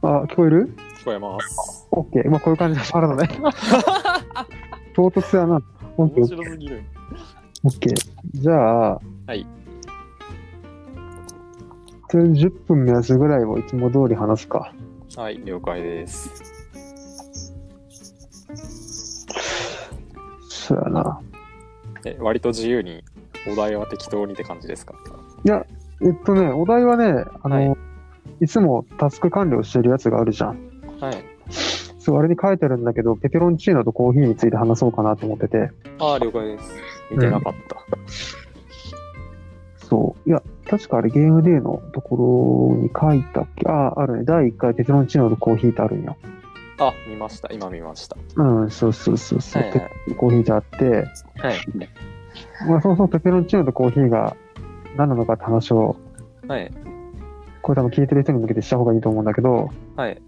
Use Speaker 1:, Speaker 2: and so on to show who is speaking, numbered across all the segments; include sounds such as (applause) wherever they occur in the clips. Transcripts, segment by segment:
Speaker 1: こえる
Speaker 2: 聞こえます。
Speaker 1: ?OK。まあ、こういう感じで触るのね。
Speaker 2: (laughs)
Speaker 1: 唐突やな。
Speaker 2: 面
Speaker 1: OK。
Speaker 2: 白すぎる。
Speaker 1: OK。じゃあ、
Speaker 2: はい。
Speaker 1: とりあえず10分目安ぐらいをいつも通り話すか。
Speaker 2: はい、了解です。
Speaker 1: そうやな。
Speaker 2: え、割と自由に、お題は適当にって感じですか
Speaker 1: えっとね、お題はね、あの、、
Speaker 2: はい
Speaker 1: つもタスク完了してるやつがあるじゃん。
Speaker 2: はい。
Speaker 1: そう、あれに書いてあるんだけど、ペペロンチーノとコーヒーについて話そうかなと思ってて。
Speaker 2: ああ、了解です。見てなかった。
Speaker 1: そう。いや、確かあれゲームデーのところに書いたっけあ、あるね。第1回ペペロンチーノとコーヒーってあるんよ。
Speaker 2: あ、見ました。今見ました。
Speaker 1: うん、そうそうそうそう。
Speaker 2: はいはい
Speaker 1: ペコーヒーってあって、
Speaker 2: はい。
Speaker 1: まあ、そもそもペペロンチーノとコーヒーが何なのかって話を、
Speaker 2: はい。
Speaker 1: これ多分聞いてる人に向けてした方がいいと思うんだけど、
Speaker 2: はい。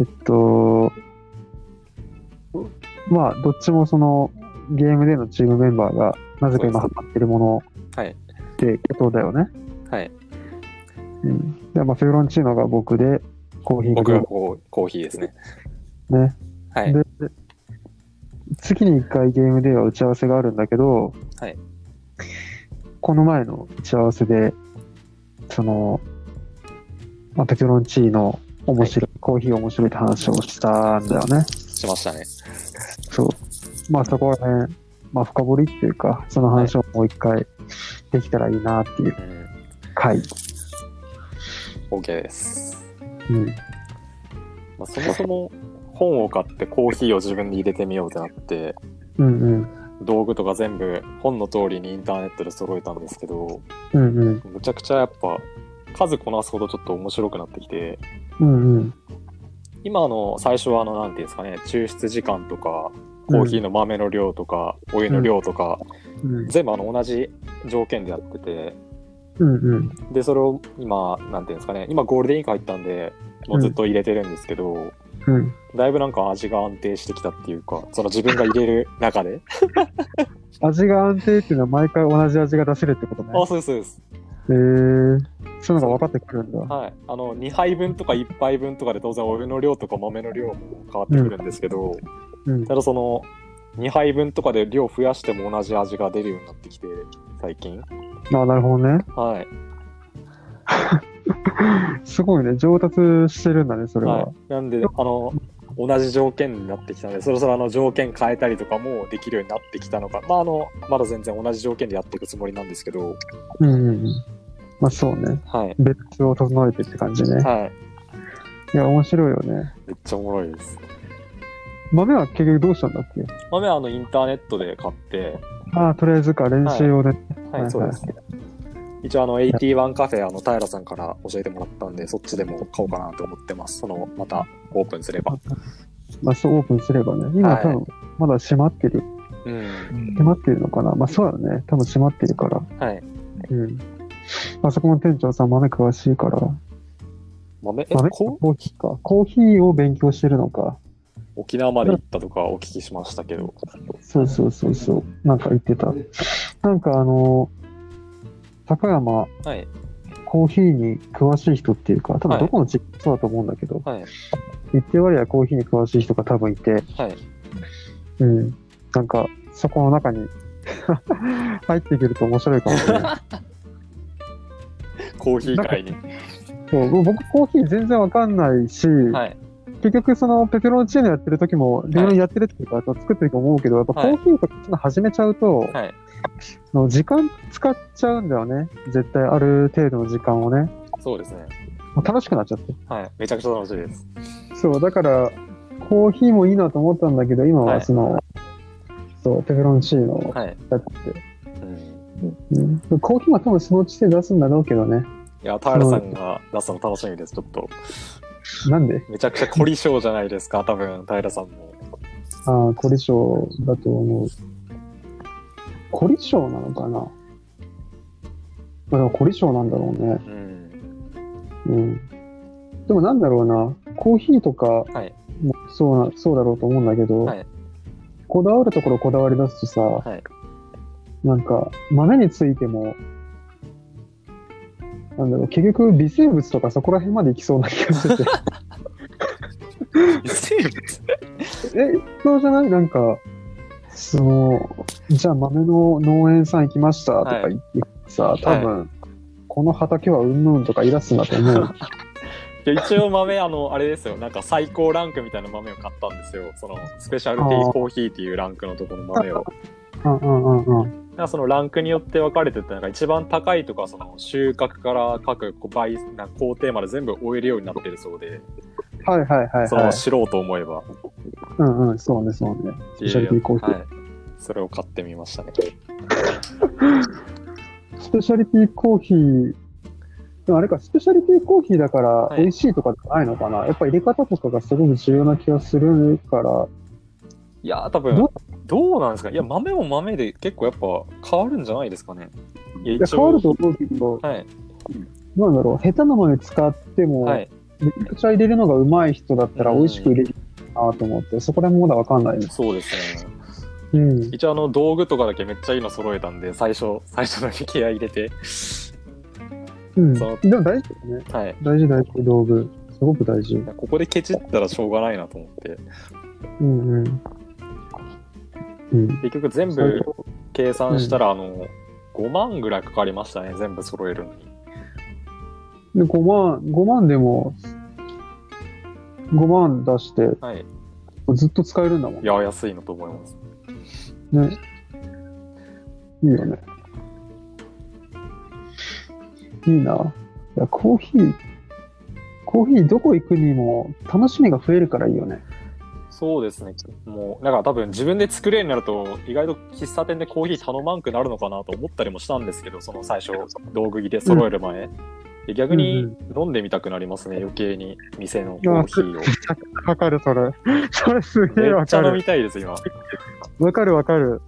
Speaker 1: えっと、まあ、どっちもそのゲームでのチームメンバーがなぜか今ハマってるもの
Speaker 2: はい
Speaker 1: ってことだよね。
Speaker 2: はい。
Speaker 1: うん、で、まあ、ペペロンチーノが僕で、コーヒーが
Speaker 2: 僕
Speaker 1: グ
Speaker 2: が
Speaker 1: ー
Speaker 2: こうコーヒーですね。
Speaker 1: ね。
Speaker 2: はい。
Speaker 1: で、次に一回ゲームでは打ち合わせがあるんだけど、
Speaker 2: はい
Speaker 1: この前の打ち合わせで、その、まあ、ペペロンチーノ面白い、コーヒー面白いって話をしたんだよね。
Speaker 2: しましたね。
Speaker 1: そう。まあそこら辺、まあ深掘りっていうか、その話をもう一回できたらいいなっていう
Speaker 2: うん。
Speaker 1: 回。
Speaker 2: OK です。
Speaker 1: うん。
Speaker 2: まあ、そもそも、本を買ってコーヒーを自分で入れてみようってなって、
Speaker 1: うんうん。
Speaker 2: 道具とか全部本の通りにインターネットで揃えたんですけど、
Speaker 1: うんうん。
Speaker 2: むちゃくちゃやっぱ数こなすほどちょっと面白くなってきて
Speaker 1: うんうん。
Speaker 2: 今の最初はあの何ていうんですかね抽出時間とかコーヒーの豆の量とか、お湯の量とか、
Speaker 1: うん
Speaker 2: 全部あの同じ条件でやってて
Speaker 1: うんうん。
Speaker 2: でそれを今何ていうんですかね今ゴールデンウィーク入ったんでもうずっと入れてるんですけど、
Speaker 1: うん。
Speaker 2: だいぶなんか味が安定してきたっていうかその自分が入れる中で
Speaker 1: 味が安定っていうのは毎回同じ味が出せるってことね。
Speaker 2: あそうですそうです
Speaker 1: へえー。そういうのが分かってくるんだ。
Speaker 2: はい、あの2杯分とか1杯分とかで当然お湯の量とか豆の量も変わってくるんですけ
Speaker 1: うん
Speaker 2: ど、ただその2杯分とかで量増やしても同じ味が出るようになってきて最近
Speaker 1: あなるほどね。
Speaker 2: はい
Speaker 1: すごいね。上達してるんだね、それは。
Speaker 2: はいなんであの同じ条件になってきたのでそろそろあの条件変えたりとかもできるようになってきたのかまああのまだ全然同じ条件でやっていくつもりなんですけど
Speaker 1: うんうんうん。まあそうね。
Speaker 2: はい
Speaker 1: ベッツを整えてって感じね。
Speaker 2: は
Speaker 1: い
Speaker 2: い
Speaker 1: や、面白いよね。
Speaker 2: めっちゃおもろいです
Speaker 1: 豆は結局どうしたんだっけ
Speaker 2: 豆はあのインターネットで買って
Speaker 1: ああ、とりあえずか、練習をね。
Speaker 2: は
Speaker 1: はい
Speaker 2: い、そうです。一応、あの、81カフェ、あの、平さんから教えてもらったんで、そっちでも買おうかなと思ってます。その、またオープンすれば。
Speaker 1: まあ、そうオープンすればね、今
Speaker 2: はい
Speaker 1: 多分、まだ閉まってる、
Speaker 2: うん。
Speaker 1: 閉まってるのかなまあ、そうだね。多分閉まってるから。
Speaker 2: はい。
Speaker 1: うん。あそこの店長さん、豆詳しいから。
Speaker 2: 豆、え、
Speaker 1: 豆
Speaker 2: こ
Speaker 1: コーヒーか。コーヒーを勉強してるのか。
Speaker 2: 沖縄まで行ったとかお聞きしましたけど。
Speaker 1: そうそうそうそう。なんか言ってた。なんかあの、高山、
Speaker 2: はい、
Speaker 1: コーヒーに詳しい人っていうか、多
Speaker 2: は
Speaker 1: 分
Speaker 2: い
Speaker 1: どこの地域もそうだと思うんだけど、
Speaker 2: はい、
Speaker 1: 一定割合コーヒーに詳しい人が多分いて、
Speaker 2: はい。
Speaker 1: うん。なんか、そこの中に (laughs) 入っていけると面白いかもしれない。
Speaker 2: コーヒー会に。
Speaker 1: そう僕、コーヒー全然わかんないし、
Speaker 2: はい。
Speaker 1: 結局、その、ペペロンチーノやってる時も、いろいろやってるっていうか、作ってると思うけど、やっぱコ
Speaker 2: はい
Speaker 1: ーヒーとかそういうの始めちゃうと、
Speaker 2: はい。
Speaker 1: その時間使っちゃうんだよね。絶対、ある程度の時間をね。
Speaker 2: そうですね。
Speaker 1: もう楽しくなっちゃって。
Speaker 2: はい。めちゃくちゃ楽しいです。
Speaker 1: そう、だから、コーヒーもいいなと思ったんだけど、今
Speaker 2: は
Speaker 1: はいその、そう、ペペロンチーノを
Speaker 2: はい。
Speaker 1: やってて、
Speaker 2: うん。
Speaker 1: うんコーヒーは多分そのうちで出すんだろうけどね。
Speaker 2: いや、平さんが出すの楽しみです。ちょっと、
Speaker 1: なんで
Speaker 2: めちゃくちゃ凝り性じゃないです (laughs) か、多分、平さんも。
Speaker 1: ああ、凝り性だと思う。凝り性なのかなまあでも凝り性なんだろうね。
Speaker 2: うん。
Speaker 1: うん。でもなんだろうな、コーヒーとか
Speaker 2: はい。
Speaker 1: もそうな、そうだろうと思うんだけど、
Speaker 2: はい
Speaker 1: こだわるところこだわり出すとさ、
Speaker 2: はい。
Speaker 1: なんか豆についても、
Speaker 2: (laughs)
Speaker 1: なんだろう、結局微生物とかそこら辺まで行きそうな気がしてて。
Speaker 3: 生物
Speaker 1: え、そうじゃないなんか、その、じゃあ豆の農園さん行きましたとか言ってさ、多分、この畑はうんぬんとか言い出すんだと思
Speaker 2: (laughs)
Speaker 1: う。
Speaker 2: いや一応豆あのあれですよなんか最高ランクみたいな豆を買ったんですよそのスペシャルティーコーヒーっていうランクのところの豆を
Speaker 1: うんうんうんうん。
Speaker 2: なんかそのランクによって分かれててなんか一番高いとかその収穫から各倍なんか工程まで全部終えるようになってるそうで
Speaker 1: はいはいはい
Speaker 2: その
Speaker 1: はい。
Speaker 2: 知ろうと思えば
Speaker 1: うんうん、そうねそうね。スペシャルティーコーヒー。
Speaker 2: はい、それを買ってみましたね
Speaker 1: スペシャリティーコーヒー、でもあれか、スペシャリティーコーヒーだから
Speaker 2: はい
Speaker 1: 美味しいとかじゃないのかな、やっぱ入れ方とかがすごく重要な気がするから、
Speaker 2: いやー多分
Speaker 1: ど
Speaker 2: どうなんですかいや豆も豆で結構やっぱ変わるんじゃないですかねい
Speaker 1: いや
Speaker 2: 一応
Speaker 1: 変わると思うけど、
Speaker 2: はい
Speaker 1: なんだろう、下手な豆使っても、
Speaker 2: はい
Speaker 1: めちゃくちゃ入れるのがうまい人だったら
Speaker 2: うん
Speaker 1: 美味しく入れるなと思って、そこら辺もまだわかんないです。
Speaker 2: そうですね
Speaker 1: うん。
Speaker 2: 一応あの道具とかだけめっちゃいいの揃えたんで最初最初だけ気合い入れて
Speaker 1: うん、で
Speaker 2: そ
Speaker 1: も大
Speaker 2: う
Speaker 1: 事だよね。
Speaker 2: はい
Speaker 1: 大事大事、道具。すごく大事。
Speaker 2: ここでケチったらしょうがないなと思って
Speaker 1: うんうん。うん。
Speaker 2: 結局全
Speaker 1: それ
Speaker 2: 部
Speaker 1: と
Speaker 2: 計算したらあの5万ぐらいかかりましたね全部揃えるのに
Speaker 1: で5万、5万でも、5万出して、
Speaker 2: はい
Speaker 1: ずっと使えるんだもん
Speaker 2: い。や安いのと思います
Speaker 1: ね。いいよね。いいな。いや、コーヒー、コーヒーどこ行くにも楽しみが増えるからいいよね。
Speaker 2: そうですねもうだから多分自分で作れるようになると意外と喫茶店でコーヒー頼まんくなるのかなと思ったりもしたんですけどその最初道具着で揃える前、で逆に飲んでみたくなりますね余計に店のコーヒ (laughs) ーを
Speaker 1: わかる、それ。 (laughs) それすげえ
Speaker 2: め
Speaker 1: わ
Speaker 2: っちゃ
Speaker 1: か
Speaker 2: 飲
Speaker 1: る。
Speaker 2: みたいです今
Speaker 1: わかるわかる。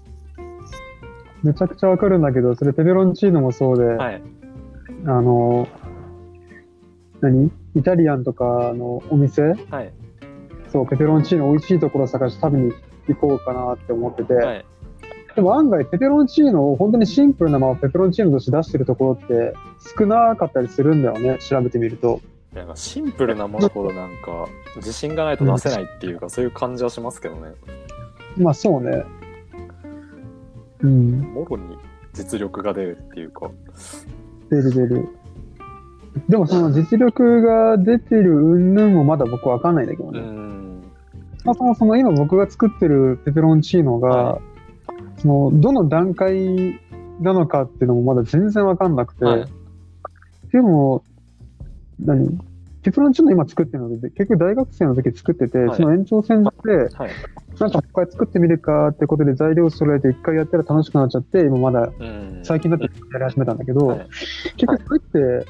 Speaker 1: めちゃくちゃわかるんだけど、それペペロンチーノもそうで、
Speaker 2: はい
Speaker 1: あの、何イタリアンとかのお店
Speaker 2: はい
Speaker 1: そう、ペペロンチーノ美味しいところ探して食べに行こうかなって思ってて、
Speaker 2: はい
Speaker 1: でも案外ペペロンチーノを本当にシンプルなままペペロンチーノとして出してるところって少なかったりするんだよね、調べてみると。
Speaker 2: なんかシンプルなものほどなんか自信がないと出せないっていうか、そういう感じはしますけどね
Speaker 1: まあそうね。うん、
Speaker 2: もろに実力が出るっていうか
Speaker 1: 出る出る。でもその実力が出てる云々もまだ僕わかんないんだけど
Speaker 2: う
Speaker 1: ね。
Speaker 2: ん
Speaker 1: そもそもその今僕が作ってるペペロンチーノが、
Speaker 2: は
Speaker 1: そのどの段階なのかっていうのもまだ全然わかんなくて、
Speaker 2: はい
Speaker 1: でも何ペペロンチーノ今作ってるので結局大学生の時作ってて、
Speaker 2: はい
Speaker 1: その延長線上で
Speaker 2: はい
Speaker 1: なんかもう一回作ってみるかってことで材料揃えて一回やったら楽しくなっちゃって今まだ
Speaker 2: うん
Speaker 1: 最近だってやり始めたんだけど、
Speaker 2: はい
Speaker 1: 結局これって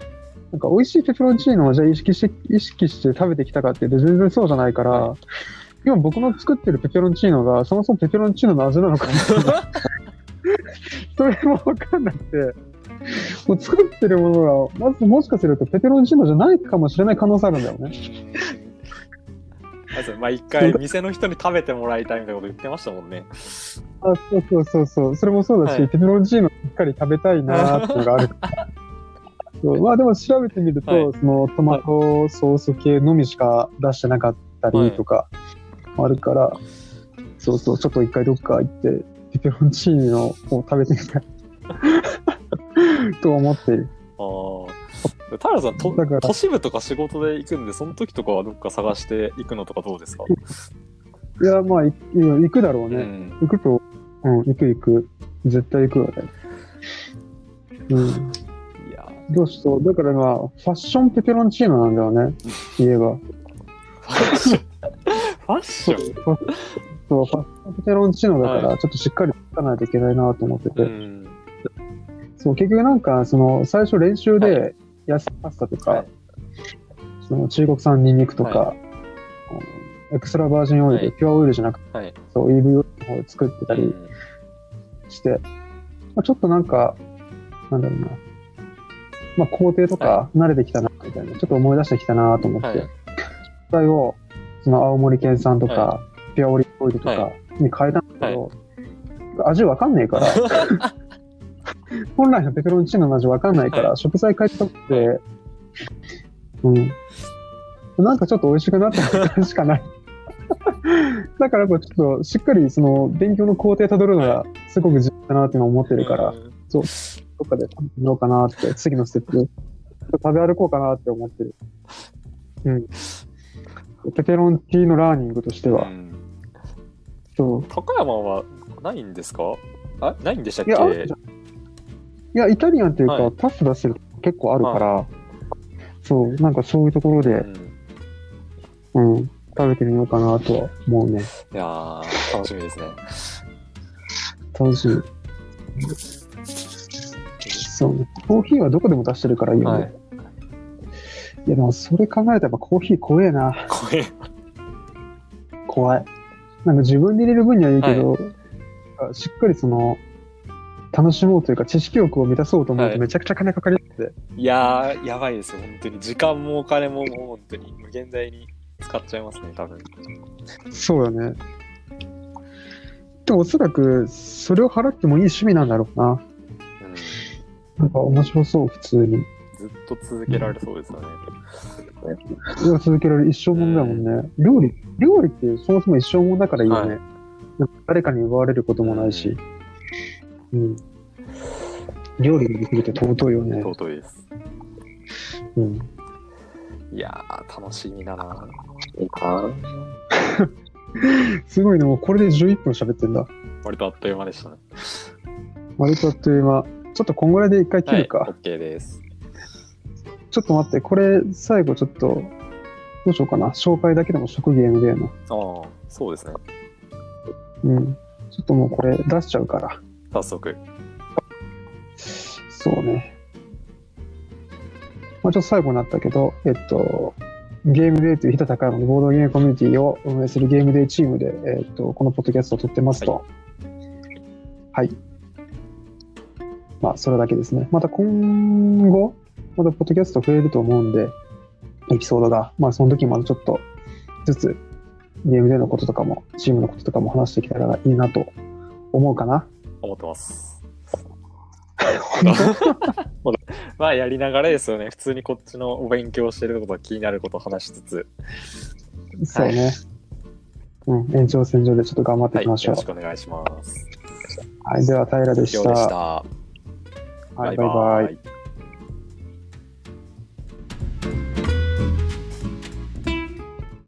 Speaker 1: なんか美味しいペペロンチーノをじゃあ意識して意識して食べてきたかっていうと全然そうじゃないから、
Speaker 2: は
Speaker 1: 今僕の作ってるペペロンチーノがそもそもペペロンチーノの味なのかなそれも分かんなくてもう作ってるものがまずもしかするとペペロンチーノじゃないかもしれない可能性あるんだよね
Speaker 2: (laughs) あれですね毎回店の人に食べてもらいたいみたいなこと言ってましたもんね。
Speaker 1: あそうそうそうそうそれもそうだし、
Speaker 2: はい
Speaker 1: ペペロンチーノしっかり食べたいなーっていうのがある
Speaker 2: (laughs)
Speaker 1: そうまあでも調べてみると、
Speaker 2: はい
Speaker 1: そのトマトソース系のみしか出してなかったりとかあるから、そうそうちょっと一回どっか行ってペペロンチーノを食べてみた
Speaker 2: (laughs)
Speaker 1: いと思ってる
Speaker 2: ああ。タラさんと
Speaker 1: だから、
Speaker 2: 都市部とか仕事で行くんで、その時とかはどっか探して行くのとかどうですか、
Speaker 1: いやまあいいや行くだろう
Speaker 2: う
Speaker 1: ね、
Speaker 2: ん、
Speaker 1: 行くとうん行く行く絶対行くよねうん
Speaker 2: いや、
Speaker 1: どうしよう。だからまあ、ファッションペペロンチーノなんだよね、家が。
Speaker 2: ファッション。 (laughs) ファッション
Speaker 1: そう、ファッションペペロンチーノだから、
Speaker 2: は
Speaker 1: ちょっとしっかりつかないといけないなと思ってて。
Speaker 2: うん。
Speaker 1: そう、結局なんか、その、最初練習
Speaker 2: は
Speaker 1: で、野菜パスタとか、
Speaker 2: はい
Speaker 1: その中国産ニンニクとか、
Speaker 2: は
Speaker 1: うんエクストラバージンオイルで、
Speaker 2: はい
Speaker 1: ピュアオイルじゃなくて、
Speaker 2: はい。
Speaker 1: そう、EV オイルの方で作ってたり、
Speaker 2: うん
Speaker 1: して、まあ、ちょっとなんか、なんだろうな、まあ、工程とか慣れてきたな、みたいな、ちょっと思い出してきたなと思って、
Speaker 2: はい
Speaker 1: 素材を、その青森県産とか、
Speaker 2: は
Speaker 1: ピュアオリーブオイルとか
Speaker 2: は
Speaker 1: に変えたんだけど、味わかんねえから、本来のペペロンチーノの味わかんないから、食材変えたくて、うん。なんかちょっと美味しくなった感しかない。 (laughs) だからやっぱちょっとしっかりその勉強の工程たどるのがすごく重要だなって今思ってるから、
Speaker 2: うん
Speaker 1: そう、どっかで食べようかなって、次のステップ、ちょっと食べ歩こうかなって思ってる。うん。ペペロンチーノラーニングとしては
Speaker 2: う、ん
Speaker 1: そう。
Speaker 2: 高山はないんですかあないんでしたっ
Speaker 1: い
Speaker 2: け
Speaker 1: や、あるじゃんいや、イタリアンっていうか、
Speaker 2: はい
Speaker 1: パス出してるとこ結構あるから、そう、なんかそういうところで
Speaker 2: う、ん
Speaker 1: うん、食べてみようかなとは思うね。
Speaker 2: いやー (laughs) 楽しみですね。
Speaker 1: 楽しい。そうね。コーヒーはどこでも出してるからいいよね。、
Speaker 2: はいい。
Speaker 1: や、でもそれ考えたらやっぱコーヒー怖えな。
Speaker 2: これ、
Speaker 1: 怖い。なんか自分で入れる分にはいいけど、あしっかりその、楽しもうというか知識欲を満たそうと思う
Speaker 2: は
Speaker 1: と
Speaker 2: い
Speaker 1: めちゃくちゃ金かかりますね
Speaker 2: いやーやばいですよ、本当に。時間もお金ももう本当に無限大に使っちゃいますね、多分。
Speaker 1: そうだね。でもおそらくそれを払ってもいい趣味なんだろうな。
Speaker 2: うん
Speaker 1: なんか面白そう、普通に。
Speaker 2: ずっと続けられそうですよね。
Speaker 1: いや続けられる一生もんだもんね。料理、料理ってそもそも一生もんだからいいよね。
Speaker 2: は
Speaker 1: なんか誰かに奪われることもないし。うん。料理ができるって尊いよね。
Speaker 2: 尊いです。
Speaker 1: うん。
Speaker 2: いやー楽しみだな。
Speaker 1: すごいね、もうこれで11分喋ってんだ。
Speaker 2: 割とあっという間でしたね。
Speaker 1: 割とあっという間。ちょっとこんぐらいで一回切
Speaker 2: はい、
Speaker 1: るか。
Speaker 2: OK です。
Speaker 1: ちょっと待って、これ最後ちょっと、どうしようかな。紹介だけでも職業 MD の。
Speaker 2: ああ、そうですね。
Speaker 1: うん。ちょっともうこれ出しちゃうから。
Speaker 2: 早速。
Speaker 1: そうね。まあ、ちょっと最後になったけど、えっと、ゲームデーという日田高山のボードゲームコミュニティを運営するゲームデーチームで、えっと、このポッドキャストを撮ってますと。はい。まあ、それだけですね。また今後、またポッドキャスト増えると思うんで、エピソードが、まあ、その時またちょっとずつ、ゲームデーのこととかも、チームのこととかも話していけたらいいなと思うかな。
Speaker 2: 思ってます。 (laughs) まあやりながらですよね。普通にこっちのお勉強してること、気になることを話しつつ、
Speaker 1: そうね。うん、延長線上でちょっと頑張ってい
Speaker 2: はい、
Speaker 1: きまし
Speaker 2: よろ
Speaker 1: ょう。
Speaker 2: しくお願いします。
Speaker 1: はい、では平で
Speaker 2: 以上でした。
Speaker 1: はい、バイバイ。
Speaker 2: イ